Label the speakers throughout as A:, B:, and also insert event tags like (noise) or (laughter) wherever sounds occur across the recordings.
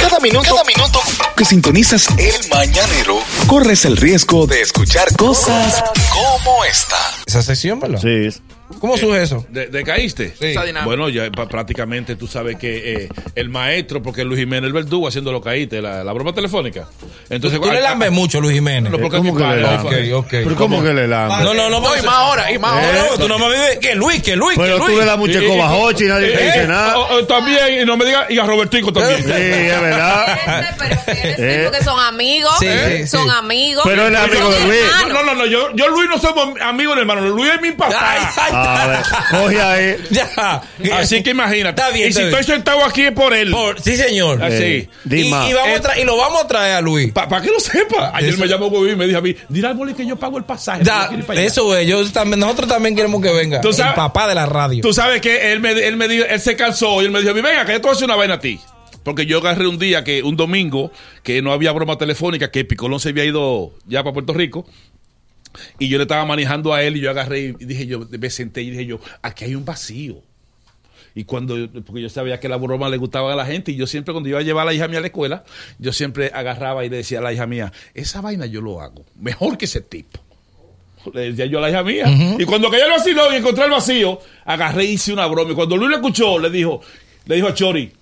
A: Cada minuto, cada minuto que sintonizas el mañanero, corres el riesgo de escuchar cosas como esta.
B: Esa sección, ¿verdad?
C: Sí.
B: ¿Cómo sube eso?
D: De, decaíste.
B: Sí. Esa dinámica.
D: Bueno, ya pa- prácticamente tú sabes que eh, el maestro, porque Luis Jiménez el verdugo haciéndolo caíste, la, la broma telefónica. Entonces,
B: Tú le lambes mucho, Luis Jiménez.
D: No, porque es mi
C: ¿Cómo que le
D: padre.
C: lambes?
D: padre.
B: Ok, ok.
C: Pero ¿cómo que le lambe?
B: No, no, ¿Eh? no.
E: No, y más ahora, y más
B: ahora.
E: ahora.
B: tú no me vives. Que Luis, que Luis, que
C: Pero tú
B: Luis. Oh.
C: le das mucho
D: Y- y-
C: cobajochi y nadie te
D: Eh,
C: dice nada.
D: o- o también, y no me digas, y a Robertico
C: Sí,
D: también.
C: es verdad.
F: Ese, Este, pero ese,
C: Eh.
F: porque son amigos,
B: Sí, sí,
F: son
B: sí.
F: amigos.
C: Pero él es
F: son
C: amigo de Luis.
D: No,
F: hermanos.
D: no, no, no, yo, yo Luis no somos amigos, hermano. Luis es
B: (laughs)
D: mi
B: Ay,
D: papá.
B: ay,
C: A ver, coge ahí.
B: ya.
D: Así que imagínate.
B: Está bien,
D: y si
B: está bien.
D: estoy sentado aquí es por
B: (laughs)
D: él.
B: Por- sí, señor.
D: Así.
C: Eh,
B: Y,
C: di más.
B: y vamos a tra- y lo vamos a traer a Luis.
D: Para que lo sepa. Ayer
B: Eso-
D: me llamó Bobby y me dijo a mí, dile al boli que yo pago el pasaje.
B: Ya,
D: yo quiero ir para allá".
B: eso es. Yo también, nosotros también queremos que venga.
D: Tú sabes-
B: el papá de la radio.
D: Tú sabes que él me, él me dijo, él se cansó y él me dijo, a mí, venga, que yo te voy a hacer una vaina a ti. Porque yo agarré un día que, un domingo, que no había broma telefónica, que Picolón se había ido ya para Puerto Rico. Y yo le estaba manejando a él y yo agarré y dije yo, me senté y dije yo, aquí hay un vacío. Y cuando, yo- porque yo sabía que la broma le gustaba a la gente, y yo siempre, cuando iba a llevar a la hija mía a la escuela, yo siempre agarraba y le decía a la hija mía, esa vaina yo lo hago, mejor que ese tipo. Le decía yo a la hija mía. Y cuando cayó el vacío y encontré el vacío, agarré y hice una broma. Y cuando Luis lo escuchó, le dijo, le dijo a Chori,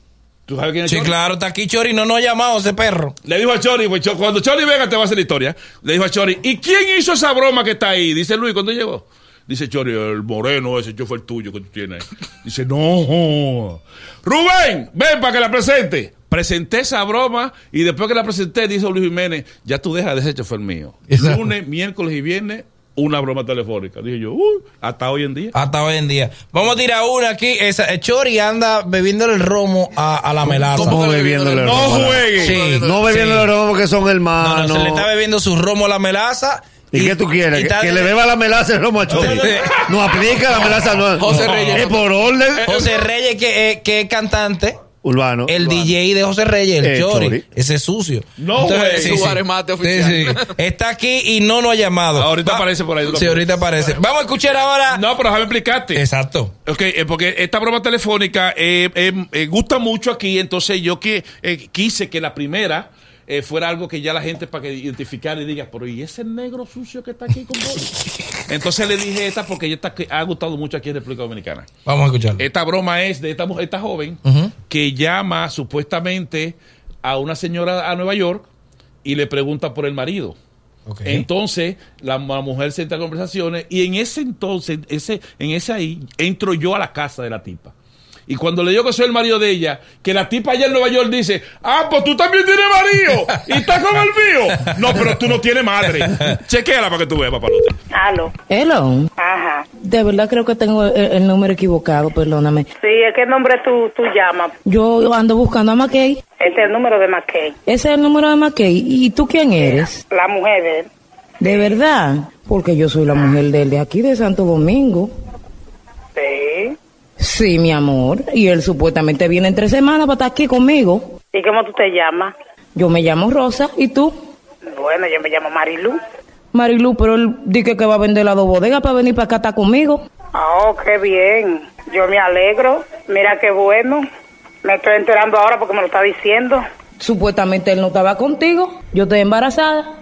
D: ¿tú sabes quién es
B: sí,
D: Chori?
B: claro, está aquí Chori, no nos ha llamado ese perro.
D: Le dijo a Chori, pues, Cho- cuando Chori venga te va a hacer la historia. Le dijo a Chori, ¿y quién hizo esa broma que está ahí? Dice Luis, ¿cuándo llegó? Dice Chori, el moreno ese chofer tuyo que tú tienes. ahí". Dice, no. Rubén, ven para que la presente. Presenté esa broma y después que la presenté, dice Luis Jiménez, ya tú dejas de ser chofer mío.
B: Exacto.
D: Lunes, miércoles y viernes, una broma telefónica. Dije yo, uy, hasta hoy en día.
B: Hasta hoy en día. Vamos a tirar una aquí. Esa, eh, Chori anda bebiéndole el romo a, a la melaza.
C: ¿Cómo
E: que
C: bebiéndole el
D: No
C: romo?
D: juegues.
B: Sí.
C: No bebiéndole el romo porque son
B: No, no,
C: hermanos.
B: se le está bebiendo su romo a la melaza.
C: ¿Y qué tú
B: y
C: quieres?
B: está-
C: ¿Que, que le beba la melaza el romo a Chori.
B: Eh,
C: No aplica la melaza. No,
E: José Reyes,
C: Es
E: no-
C: por orden.
B: José Reyes, que, eh, que es cantante.
D: Oh,
C: Urbano.
B: El DJ de José Reyes, el
C: Eh,
B: Chori.
C: Chori.
B: Ese es sucio.
D: No, güey.
E: Su aremate oficial.
B: Está aquí y no nos ha llamado.
D: Ahorita aparece por ahí.
B: Sí, ahorita aparece. Vamos a escuchar ahora.
D: No, pero déjame explicarte.
B: Exacto.
D: Ok, eh, porque esta broma telefónica eh, eh, eh, gusta mucho aquí, entonces yo que, eh, quise que la primera eh, fuera algo que ya la gente para que identificara y diga, pero ¿y ese negro sucio que está aquí con vos? Entonces le dije esta porque ya está, que ha gustado mucho aquí en República Dominicana.
B: Vamos a escucharlo.
D: Esta broma es de esta, mujer- esta joven que llama supuestamente a una señora a Nueva York y le pregunta por el marido.
B: Ok.
D: eh. Entonces, la, mu- la mujer se entra en conversaciones y en ese entonces, ese, en ese ahí, entro yo a la casa de la tipa. Y cuando le digo que soy el marido de ella, que la tipa allá en Nueva York dice, ah, pues tú también tienes marido y estás con el mío. No, pero tú no tienes madre. Chequéala para que tú veas, papalote.
G: Aló.
H: Hello.
G: Ajá.
H: De verdad creo que tengo el, el número equivocado, perdóname.
G: Sí, ¿a qué nombre tú, tú llamas?
H: Yo ando buscando a McKay.
G: Este es el número de McKay.
H: Ese es el número de McKay. ¿Y tú quién eres?
G: La mujer de él.
H: De verdad. Porque yo soy la mujer de él de aquí, de Santo Domingo.
G: Sí.
H: Sí, mi amor. Y él supuestamente viene en tres semanas para estar aquí conmigo.
G: ¿Y cómo tú te llamas?
H: Yo me llamo Rosa. ¿Y tú?
G: Bueno, yo me llamo Marilu.
H: Marilu, pero él dice que va a vender las dos bodegas para venir para acá a estar conmigo.
G: Oh, qué bien. Yo me alegro. Mira qué bueno. Me estoy enterando ahora porque me lo está diciendo.
H: Supuestamente él no estaba contigo. Yo estoy embarazada.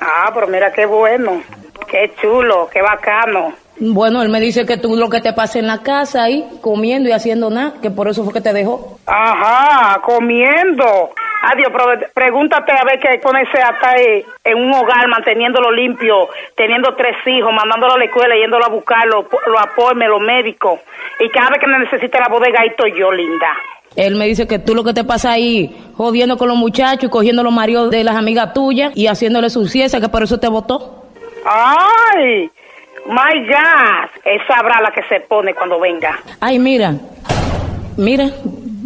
G: Ah, pero mira qué bueno. Qué chulo, qué bacano.
H: Bueno, él me dice que tú lo que te pasa en la casa ahí, comiendo y haciendo nada, que por eso fue que te dejó.
G: Ajá, comiendo. Adiós, pero pregúntate a ver qué ponerse hasta eh, en un hogar, manteniéndolo limpio, teniendo tres hijos, mandándolo a la escuela, yéndolo a buscarlo, los apoyos, los médicos. Y cada vez que me necesite la bodega, ahí estoy yo, linda.
H: Él me dice que tú lo que te pasa ahí, jodiendo con los muchachos y cogiendo los maridos de las amigas tuyas y haciéndole su ciencia, que por eso te votó.
G: ¡Ay! ¡My God! Esa habrá la que se pone cuando venga.
H: Ay, mira, mira,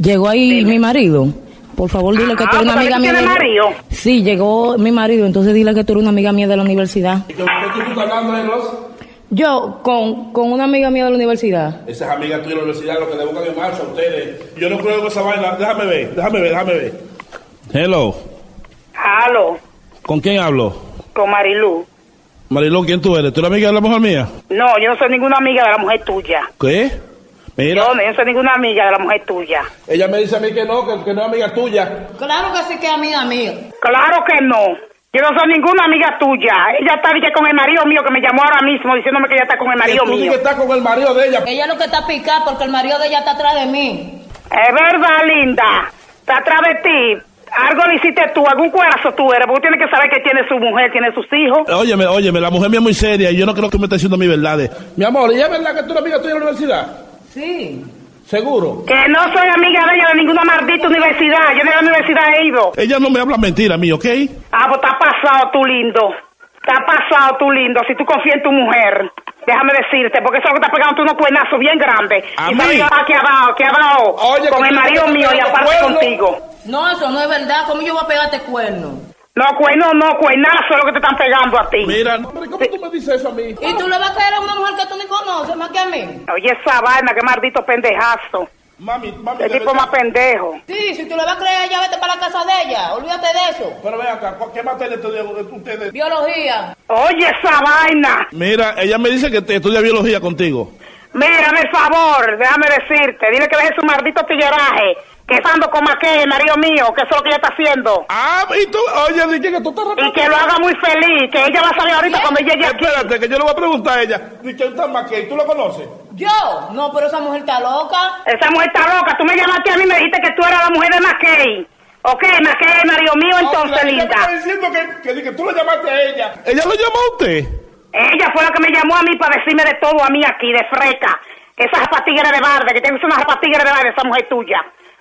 H: llegó ahí mi marido. Por favor, dile que
G: Ah,
H: tú eres una
G: pues
H: amiga mía.
G: también
H: de-
G: tiene marido.
H: Sí, llegó mi marido, entonces dile que tú eres una amiga mía de la universidad.
D: ¿Qué tú estás hablando de Rosa?
H: Yo, con, con una amiga mía de la universidad.
D: Esas amigas tuyas de la universidad, lo que le buscan en marzo a ustedes. Yo no creo que esa vaina. Déjame ver, déjame ver, déjame ver. Hello,
G: Aló,
D: ¿con quién hablo?
G: con Marilu.
D: Marilón, ¿quién tú eres? ¿Tú eres amiga de la mujer mía?
G: No, yo no soy ninguna amiga de la mujer tuya.
D: ¿Qué?
E: Mira.
G: Yo no soy ninguna amiga de la mujer tuya.
D: Ella me dice a mí que no, que, que no es amiga tuya.
H: Claro que sí que amiga mía.
G: Claro que no. Yo no soy ninguna amiga tuya. Ella está dije, con el marido mío que me llamó ahora mismo diciéndome que ella está con el marido
D: Que tú di
G: mío.
D: que estás con el marido de ella.
H: Ella es lo que está picada porque el marido de ella está atrás de mí.
G: Es verdad, linda. Está atrás de ti. Algo le hiciste tú, algún cuerazo tú eres, porque tienes que saber que tiene su mujer, tiene sus hijos.
D: Ah.
E: Óyeme, óyeme, la mujer mía es muy seria y yo no creo que me esté diciendo mi verdades.
D: Mi amor, ¿ella es verdad que tú eres amiga tuya en la universidad?
H: Sí.
D: Seguro.
G: Que no soy amiga de ella de ninguna maldita universidad. Yo de la universidad he ido.
E: Ella no me habla mentira a mí, ¿ok?
G: Ah, pues está pasado tú, lindo. Está pasado tú, lindo, si tú confías en tu mujer. Déjame decirte, porque eso es lo que está pegando tú unos cuernazos bien grandes.
E: ¿A
G: y
E: mí?
G: sabes que abajo, que abajo,
D: Oye,
G: con
D: que
G: el
D: tú
G: marido
D: estás
G: mío y
D: pegando
G: aparte
D: cuernos.
G: contigo.
H: No, eso no es verdad. ¿Cómo yo voy a pegarte cuerno?
G: No, cuerno, no, cuernazo es lo que te están pegando a ti.
E: Mira,
D: Hombre, ¿cómo tú me dices eso a mí?
H: ¿Y tú le vas a caer a una mujer que tú ni conoces más que a mí?
G: Oye, esa vaina, qué maldito pendejazo.
D: Mami, mami.
G: Qué
D: de
G: tipo
D: verdad.
G: más pendejo.
H: Sí, si tú le vas a creer, ya vete para la casa de ella. Olvídate de eso.
D: Pero ven acá, ¿cu- ¿qué materia estudian ustedes?
H: Biología.
G: Oye, esa vaina.
E: mira, ella me dice que te estudia biología contigo.
G: Mírame el favor, déjame decirte. Dile que deje su maldito tigueraje. Que ando con aquel, el marido mío, que eso es lo que ella está haciendo.
E: Ah, y tú, oye, Nicky, que tú estás
G: Y que lo haga muy feliz, que ella va a salir ahorita cuando llegue aquí.
E: Espérate, que yo le voy a preguntar a ella.
D: Dice un tal Mackey, ¿tú lo conoces?
H: Yo. No, pero esa mujer está loca.
G: Esa mujer está loca. Tú me llamaste a mí y me dijiste que tú eras la mujer de Mackey. Ok, Mackey es el marido mío entonces,
D: Ella me está
G: linda.
D: diciendo que, que, di que tú lo llamaste a ella.
E: ¿Ella lo llamó a usted?
G: Ella fue la que me llamó a mí para decirme de todo a mí aquí, de freca. Esas zapatillas de barde, que tienes unas zapatillas de barde, esa mujer tuya.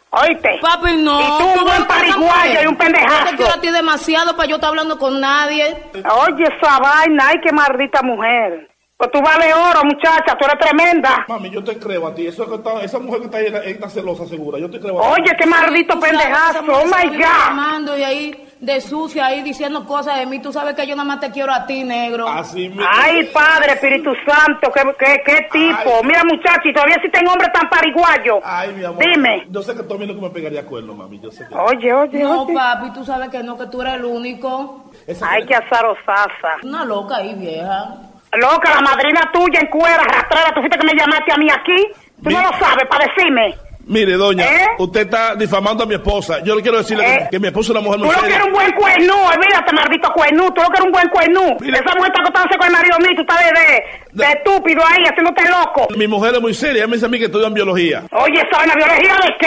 G: Oíste.
H: Papi, no.
G: Y tú un buen pariguayo y un
H: Yo te
G: pendejazo.
H: quiero a ti demasiado para yo estar hablando con nadie.
G: Oye, esa vaina, ay, qué maldita mujer. Pues tú vales oro, muchacha, tú eres tremenda.
D: Mami, yo te creo a ti. Eso es que está- esa mujer que está ahí está- está celosa, segura. Yo te creo a ti.
G: Oye, qué maldito
H: Tú sabes que esa
G: pendejazo,
H: mujer
G: oh
H: se
G: my
H: vive
G: God.
H: llamando y ahí de sucia, ahí diciendo cosas de mí. Tú sabes que yo nada más te quiero a ti, negro.
G: Ah,
D: Así mismo.
G: Ay, Padre, Espíritu Santo, qué, qué, qué tipo. Mira, muchacho, y todavía existen hombres tan pariguayos.
D: Ay, mi amor.
G: Dime. Oh,
D: Yo sé que tú a mí nunca me pegaría cuerno, mami. Yo sé que.
G: Oye, oye,
H: No,
G: oye.
H: papi, tú sabes que no, que tú eres el único.
D: Esa-
G: Ay, qué azarosaza.
H: Una loca ahí, vieja.
G: Loca, la madrina tuya en cuera, rastrera, tú fuiste que me llamaste a mí aquí. Tú no
E: Mi-
G: lo sabes, para decirme.
E: Mire, doña,
G: ¿Eh?
E: usted está difamando a mi esposa. Yo le quiero decirle
G: ¿Eh?
E: que, que mi esposa es una mujer
G: Tú
E: muy
G: lo que
E: seria.
G: eres un buen cuernú, olvídate, maldito cuernú. Tú lo que eres un buen cuernú.
E: Mira.
G: Esa mujer está acostándose con el marido mío y tú estás de, de- de estúpido ahí, haciéndote loco.
E: Mi mujer es muy seria. Ella me dice a mí que estudia biología.
G: Oye, ¿sabes la biología de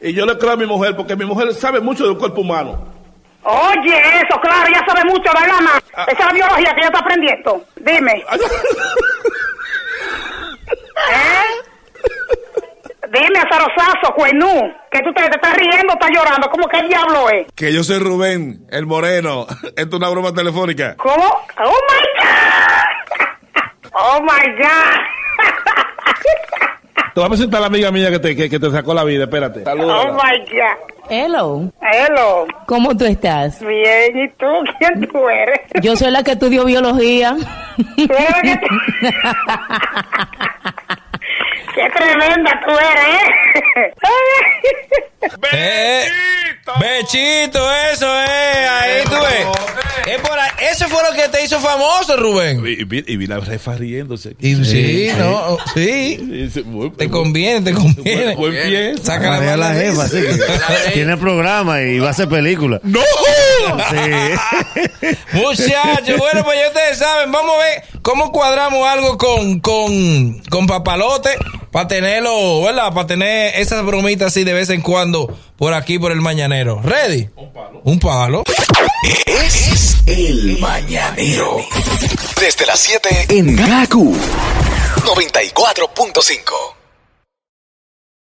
G: qué?
E: Y yo le creo a mi mujer porque mi mujer sabe mucho del cuerpo humano. (laughs)
G: Oye, eso, claro, ya sabe mucho, ¿verdad, ma?
E: Ah.
G: Esa es la biología que ella está aprendiendo. Dime, ¿eh? Dime, azarosazo, cuernú, que tú te, te estás riendo, estás llorando. ¿Cómo que el diablo es?
F: Que yo soy Rubén, el moreno. Esto es una broma telefónica.
G: ¿Cómo? ¡Oh, my God! (laughs) ¡Oh, my God!
E: Te voy a presentar a la amiga mía que te, que, que te sacó la vida. Espérate.
G: ¡Oh, my God!
H: Hello,
G: Hello.
H: ¿cómo tú estás?
G: Bien, ¿y tú? ¿Quién tú eres?
H: Yo soy la que estudió biología.
G: Tú eres la que tú-
E: (laughs)
G: ¡Qué tremenda tú eres,
E: (laughs)
G: eh!
B: Eh, Bechito, eso es.
D: Eh,
B: Ahí tú ves. Es por ahí. Eso fue lo que te hizo famoso, Rubén.
D: Y, y vi- y vi la refa riéndose.
B: Y sí, no, sí.
D: Y dice, muy-
B: Te conviene, te conviene.
D: Buen, buen pie.
B: Saca la
C: María
B: mano
C: la
B: de
C: jefa,
B: eso.
C: sí.
B: (laughs)
C: Tiene programa y va a hacer película.
D: ¡No!
C: Sí.
B: Muchachos, bueno, pues ya ustedes saben, vamos a ver cómo cuadramos algo con, con, con papalote para tenerlo, ¿verdad? Para tener esas bromitas así de vez en cuando por aquí, por el mañanero. ¿Ready? Un palo. Un palo.
A: Es el mañanero. Desde las 7 en GACU 94.5.